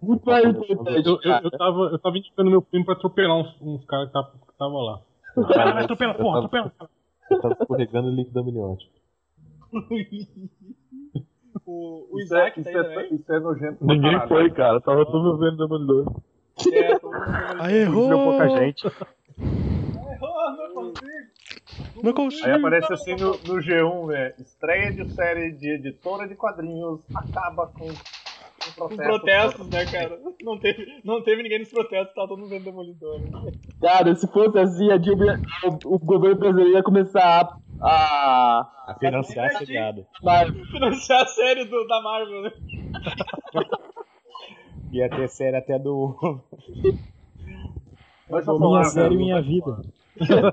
[SPEAKER 5] Muito mais
[SPEAKER 12] Eu,
[SPEAKER 5] importante.
[SPEAKER 12] eu, eu tava, eu tava indicando meu primo pra atropelar uns, uns caras que tava- que estavam lá. Cara, vai atropelar, porra,
[SPEAKER 3] Eu tava-
[SPEAKER 12] Ah, atropela.
[SPEAKER 3] Eu tava escorregando o líquido amniótico.
[SPEAKER 6] o, o
[SPEAKER 2] Isso é,
[SPEAKER 6] Isaac
[SPEAKER 2] isso,
[SPEAKER 6] tá aí
[SPEAKER 2] é,
[SPEAKER 6] também.
[SPEAKER 2] isso é nojento. pra
[SPEAKER 11] Ninguém
[SPEAKER 2] caralho.
[SPEAKER 11] foi, cara. Tava todo vendo o Demolidor.
[SPEAKER 6] É, todo mundo tá
[SPEAKER 1] Aí
[SPEAKER 11] Viu pouca gente.
[SPEAKER 1] Não consigo.
[SPEAKER 2] Aí aparece assim no, no G1, né? Estreia de série de editora de quadrinhos acaba com o
[SPEAKER 6] Os
[SPEAKER 2] Um protesto.
[SPEAKER 6] protestos, né, cara? Não teve, não teve ninguém nos protestos, tá todo mundo vendo Demolidor.
[SPEAKER 5] Cara, se fosse assim, a Dilma ia- o, o governo brasileiro ia começar a. a...
[SPEAKER 11] A financiar essa piada.
[SPEAKER 5] Mas,
[SPEAKER 6] Financiar a série do, da Marvel, né?
[SPEAKER 11] Ia ter série até do.
[SPEAKER 2] Mas né? eu
[SPEAKER 4] Minha
[SPEAKER 2] falar,
[SPEAKER 4] série,
[SPEAKER 6] é
[SPEAKER 2] velho.
[SPEAKER 4] minha vida.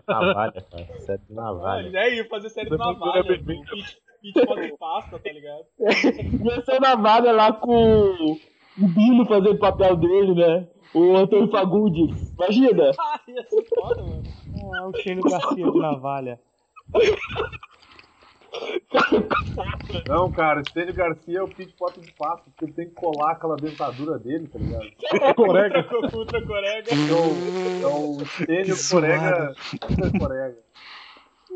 [SPEAKER 11] Navalha, cara. Série do Navalha.
[SPEAKER 6] É, ia fazer série do Navalha, do Pit, Pit né? Pode Pasta, tá ligado?
[SPEAKER 5] ia ser na vaga lá com o Bino fazendo o papel dele, né? O Antônio Fagundes. Imagina!
[SPEAKER 6] Ah, ia ser foda, mano.
[SPEAKER 13] Ah, o Chino Garcia de navalha.
[SPEAKER 2] Não, cara, Estênio Garcia é o Pit Pop de Passo, porque ele tem que colar aquela dentadura dele, tá ligado?
[SPEAKER 12] Hum. Corega.
[SPEAKER 6] Ultra, ultra corega.
[SPEAKER 2] É o Estênio
[SPEAKER 1] Que
[SPEAKER 2] Corega. Super Corega.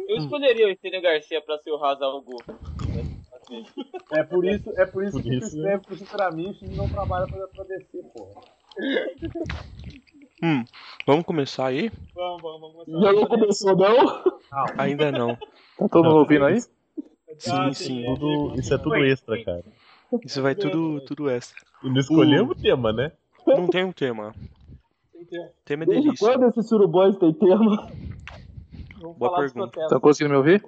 [SPEAKER 8] Eu escolheria o Estênio Garcia pra ser o Hazal Gu.
[SPEAKER 2] É por isso, é por isso
[SPEAKER 11] Por
[SPEAKER 2] que tu
[SPEAKER 11] isso,
[SPEAKER 2] escreve pro Super Amish e não trabalha pra, pra descer, porra.
[SPEAKER 1] Hum, vamos começar aí?
[SPEAKER 6] Vamos, vamos, vamos começar.
[SPEAKER 5] Já não começou, não?
[SPEAKER 1] Ainda não.
[SPEAKER 11] Tá todo mundo ouvindo aí?
[SPEAKER 1] Sim, Ah, sim.
[SPEAKER 11] Tudo, isso é tudo extra, cara.
[SPEAKER 1] Isso vai tudo, tudo extra.
[SPEAKER 11] E não escolhemos o tema, né?
[SPEAKER 1] Não tem um tema. O tema é
[SPEAKER 5] Desde
[SPEAKER 1] delícia.
[SPEAKER 5] quando esses surubões têm tema?
[SPEAKER 6] Vamos
[SPEAKER 1] Boa
[SPEAKER 6] falar dos
[SPEAKER 1] pergunta.
[SPEAKER 6] protestos.
[SPEAKER 13] Estão conseguindo me ouvir?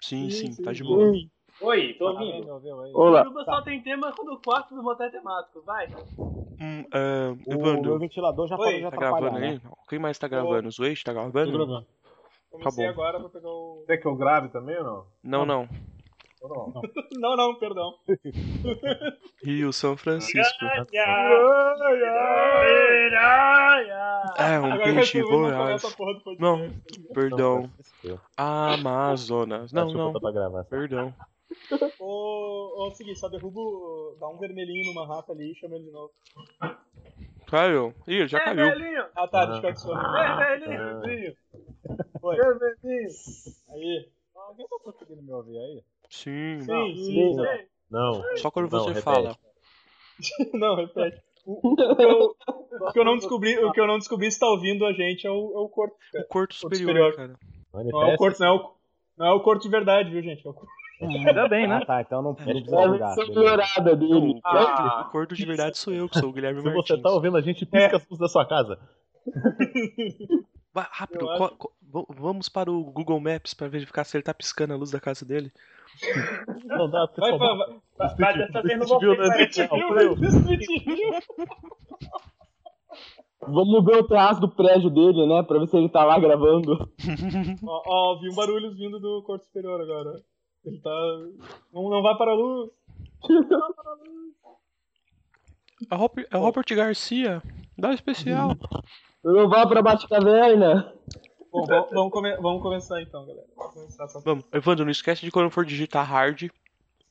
[SPEAKER 1] Sim, sim, tá de boa.
[SPEAKER 5] Ei,
[SPEAKER 9] Oi, tô
[SPEAKER 6] Parabéns,
[SPEAKER 9] ouvindo.
[SPEAKER 6] meu, meu, aí.
[SPEAKER 13] Olá.
[SPEAKER 9] Suruba só tem tema quando o quarto do motel é temático, vai.
[SPEAKER 1] Hum, ah,
[SPEAKER 11] O meu
[SPEAKER 1] Evandro,
[SPEAKER 11] ventilador já
[SPEAKER 6] Oi,
[SPEAKER 11] parou de
[SPEAKER 1] tá
[SPEAKER 11] atrapalhar,
[SPEAKER 1] gravando
[SPEAKER 11] né?
[SPEAKER 1] aí? Quem mais tá gravando? O Zueix tá
[SPEAKER 12] Tô
[SPEAKER 1] gravando?
[SPEAKER 12] gravando.
[SPEAKER 6] Comecei
[SPEAKER 1] bom.
[SPEAKER 6] agora pra pegar o.
[SPEAKER 2] Quer que eu grave também ou não?
[SPEAKER 1] Não, não.
[SPEAKER 2] Ou não?
[SPEAKER 6] Não, não, perdão.
[SPEAKER 1] E o São Francisco. É um
[SPEAKER 6] Agora que
[SPEAKER 1] peixe
[SPEAKER 6] eu não
[SPEAKER 1] voraz.
[SPEAKER 6] começa a porra do podcast.
[SPEAKER 1] Não, perdão.
[SPEAKER 11] Francisco.
[SPEAKER 1] Amazonas. Não,
[SPEAKER 11] Deixa eu
[SPEAKER 1] não.
[SPEAKER 11] botar pra gravar.
[SPEAKER 1] Perdão.
[SPEAKER 6] Ô, ô, é o seguinte, só derruba o- Dá um vermelhinho numa rafa ali e chama ele de novo.
[SPEAKER 1] Caiu. Ih, já caiu.
[SPEAKER 9] Vermelhinho!
[SPEAKER 6] Ah tá, desconexão.
[SPEAKER 9] Vermelhinho!
[SPEAKER 6] Oi.
[SPEAKER 2] Vermelhinho.
[SPEAKER 6] Aí. Alguém tá conseguindo me ouvir aí?
[SPEAKER 1] Sim.
[SPEAKER 6] Sim,
[SPEAKER 9] Sim,
[SPEAKER 6] sim.
[SPEAKER 9] sim.
[SPEAKER 11] Não.
[SPEAKER 1] Só quando
[SPEAKER 11] não,
[SPEAKER 1] você
[SPEAKER 11] repete.
[SPEAKER 1] fala.
[SPEAKER 6] Não, repete. O, o que eu, o que eu não descobri, o que eu não descobri se tá ouvindo a gente é o, é o corpo.
[SPEAKER 1] O corto
[SPEAKER 6] Corto
[SPEAKER 1] superior,
[SPEAKER 6] superior.
[SPEAKER 1] cara.
[SPEAKER 6] Não é o corto, não é o, não é o corpo de verdade, viu, gente? É o corpo.
[SPEAKER 13] Ainda bem, né?
[SPEAKER 11] Ah, tá. Então não precisa
[SPEAKER 5] É a
[SPEAKER 11] divulgar.
[SPEAKER 5] versão
[SPEAKER 11] beleza.
[SPEAKER 5] melhorada
[SPEAKER 1] Não,
[SPEAKER 5] dele.
[SPEAKER 1] o corto,
[SPEAKER 5] Ah,
[SPEAKER 1] o corto de verdade sou eu, que sou o Guilherme
[SPEAKER 11] Se
[SPEAKER 1] Martins.
[SPEAKER 11] você tá ouvindo a gente, pisca as luzes da sua casa.
[SPEAKER 1] Vai, rápido,
[SPEAKER 6] Eu
[SPEAKER 1] co- co- va- vamos para o Google Maps para verificar se ele tá piscando a luz da casa dele.
[SPEAKER 11] Não dá, porque
[SPEAKER 6] Vai, tá
[SPEAKER 11] só
[SPEAKER 6] vai,
[SPEAKER 11] dá-
[SPEAKER 6] vai.
[SPEAKER 9] Mas dessa vez não
[SPEAKER 11] Você
[SPEAKER 9] vou
[SPEAKER 11] viu, né?
[SPEAKER 9] fazer
[SPEAKER 11] Você viu?
[SPEAKER 9] parecido.
[SPEAKER 5] vamos ver o traço do prédio dele, né? Pra ver se ele tá lá gravando.
[SPEAKER 6] Ó, ó, ouvi um barulho vindo do corpo superior agora. Ele tá. Não, não vai para a luz.
[SPEAKER 1] É o Robert, é o Robert Garcia, dá um especial.
[SPEAKER 5] Não vá pra Batcaverna.
[SPEAKER 6] Bom, vamos, vamos, come- vamos começar então, galera. Vamos começar essa
[SPEAKER 1] Vamos, Evandro, não esquece de quando for digitar hard,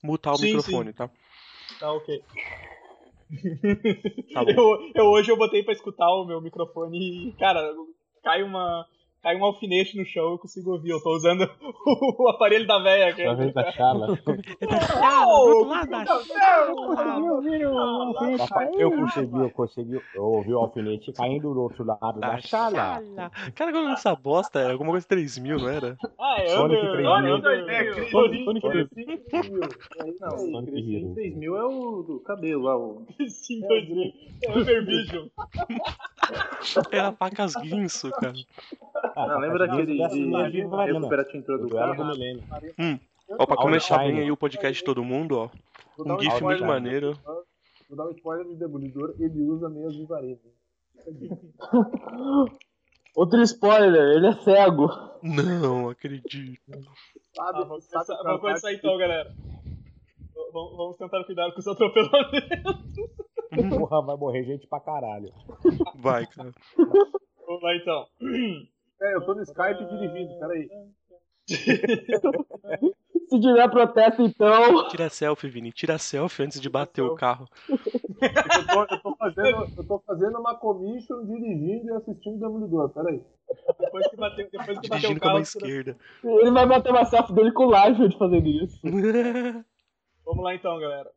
[SPEAKER 1] mutar o
[SPEAKER 6] Sim,
[SPEAKER 1] microfone, tá?
[SPEAKER 6] Tá ok.
[SPEAKER 1] Tá bom.
[SPEAKER 6] Tá eu, eu- hoje eu botei pra escutar o meu microfone e, cara, cai uma. cai um alfinete no chão e eu consigo ouvir. Eu tô usando o aparelho da véia aqui. Tá
[SPEAKER 11] Talvez da Chala. Eu consegui, eu consegui. Eu ouvi o alfinete caindo do outro lado da
[SPEAKER 6] Ah,
[SPEAKER 11] Chala.
[SPEAKER 6] tá.
[SPEAKER 1] Cara, qual é essa bosta? Era alguma coisa 3 mil, não era?
[SPEAKER 6] Ah,
[SPEAKER 11] é, Sonic meu. 3000. Sonic
[SPEAKER 1] Sonic,
[SPEAKER 11] Sonic
[SPEAKER 1] 3000.
[SPEAKER 9] 3000. Aí não,
[SPEAKER 11] Sonic
[SPEAKER 9] Crescim
[SPEAKER 11] Hero.
[SPEAKER 9] 3000 é o do cabelo lá. O...
[SPEAKER 6] Crescim 2000 é o Verbijo.
[SPEAKER 1] Era facas guinso, cara.
[SPEAKER 9] Não, lembra aquele de, de Recuperação
[SPEAKER 1] duelo do
[SPEAKER 9] Introdução?
[SPEAKER 11] milênio.
[SPEAKER 1] Hum. Ó, pra começar bem aí o podcast de todo mundo, ó.
[SPEAKER 2] Vou dar
[SPEAKER 1] Um
[SPEAKER 2] um
[SPEAKER 1] gif muito
[SPEAKER 2] spoiler.
[SPEAKER 1] maneiro.
[SPEAKER 2] Vou dar um spoiler do Demolidor, ele usa meias vigaretas.
[SPEAKER 5] Outro spoiler, ele é cego.
[SPEAKER 1] Não acredito.
[SPEAKER 2] Sabe,
[SPEAKER 6] Ah, vamos começar, vamos começar então, galera. V- Vamos, vamos tentar cuidar com os atropelamentos.
[SPEAKER 11] Porra, vai morrer gente pra caralho.
[SPEAKER 1] Vai, cara.
[SPEAKER 6] Vamos lá então.
[SPEAKER 2] É, eu tô no Skype dirigindo, peraí.
[SPEAKER 5] Se tiver protesto, então.
[SPEAKER 1] Tira selfie, Vini. Tira selfie antes de bater o carro.
[SPEAKER 2] Eu tô, eu tô fazendo, eu tô fazendo uma commission dirigindo e assistindo o Demolidor, peraí.
[SPEAKER 6] Depois que bateu, depois que bateu
[SPEAKER 1] Dirigindo
[SPEAKER 6] o
[SPEAKER 1] com a mão
[SPEAKER 6] carro.
[SPEAKER 1] esquerda.
[SPEAKER 5] Ele vai bater uma selfie dele com o Life fazendo isso.
[SPEAKER 6] Vamos lá então, galera.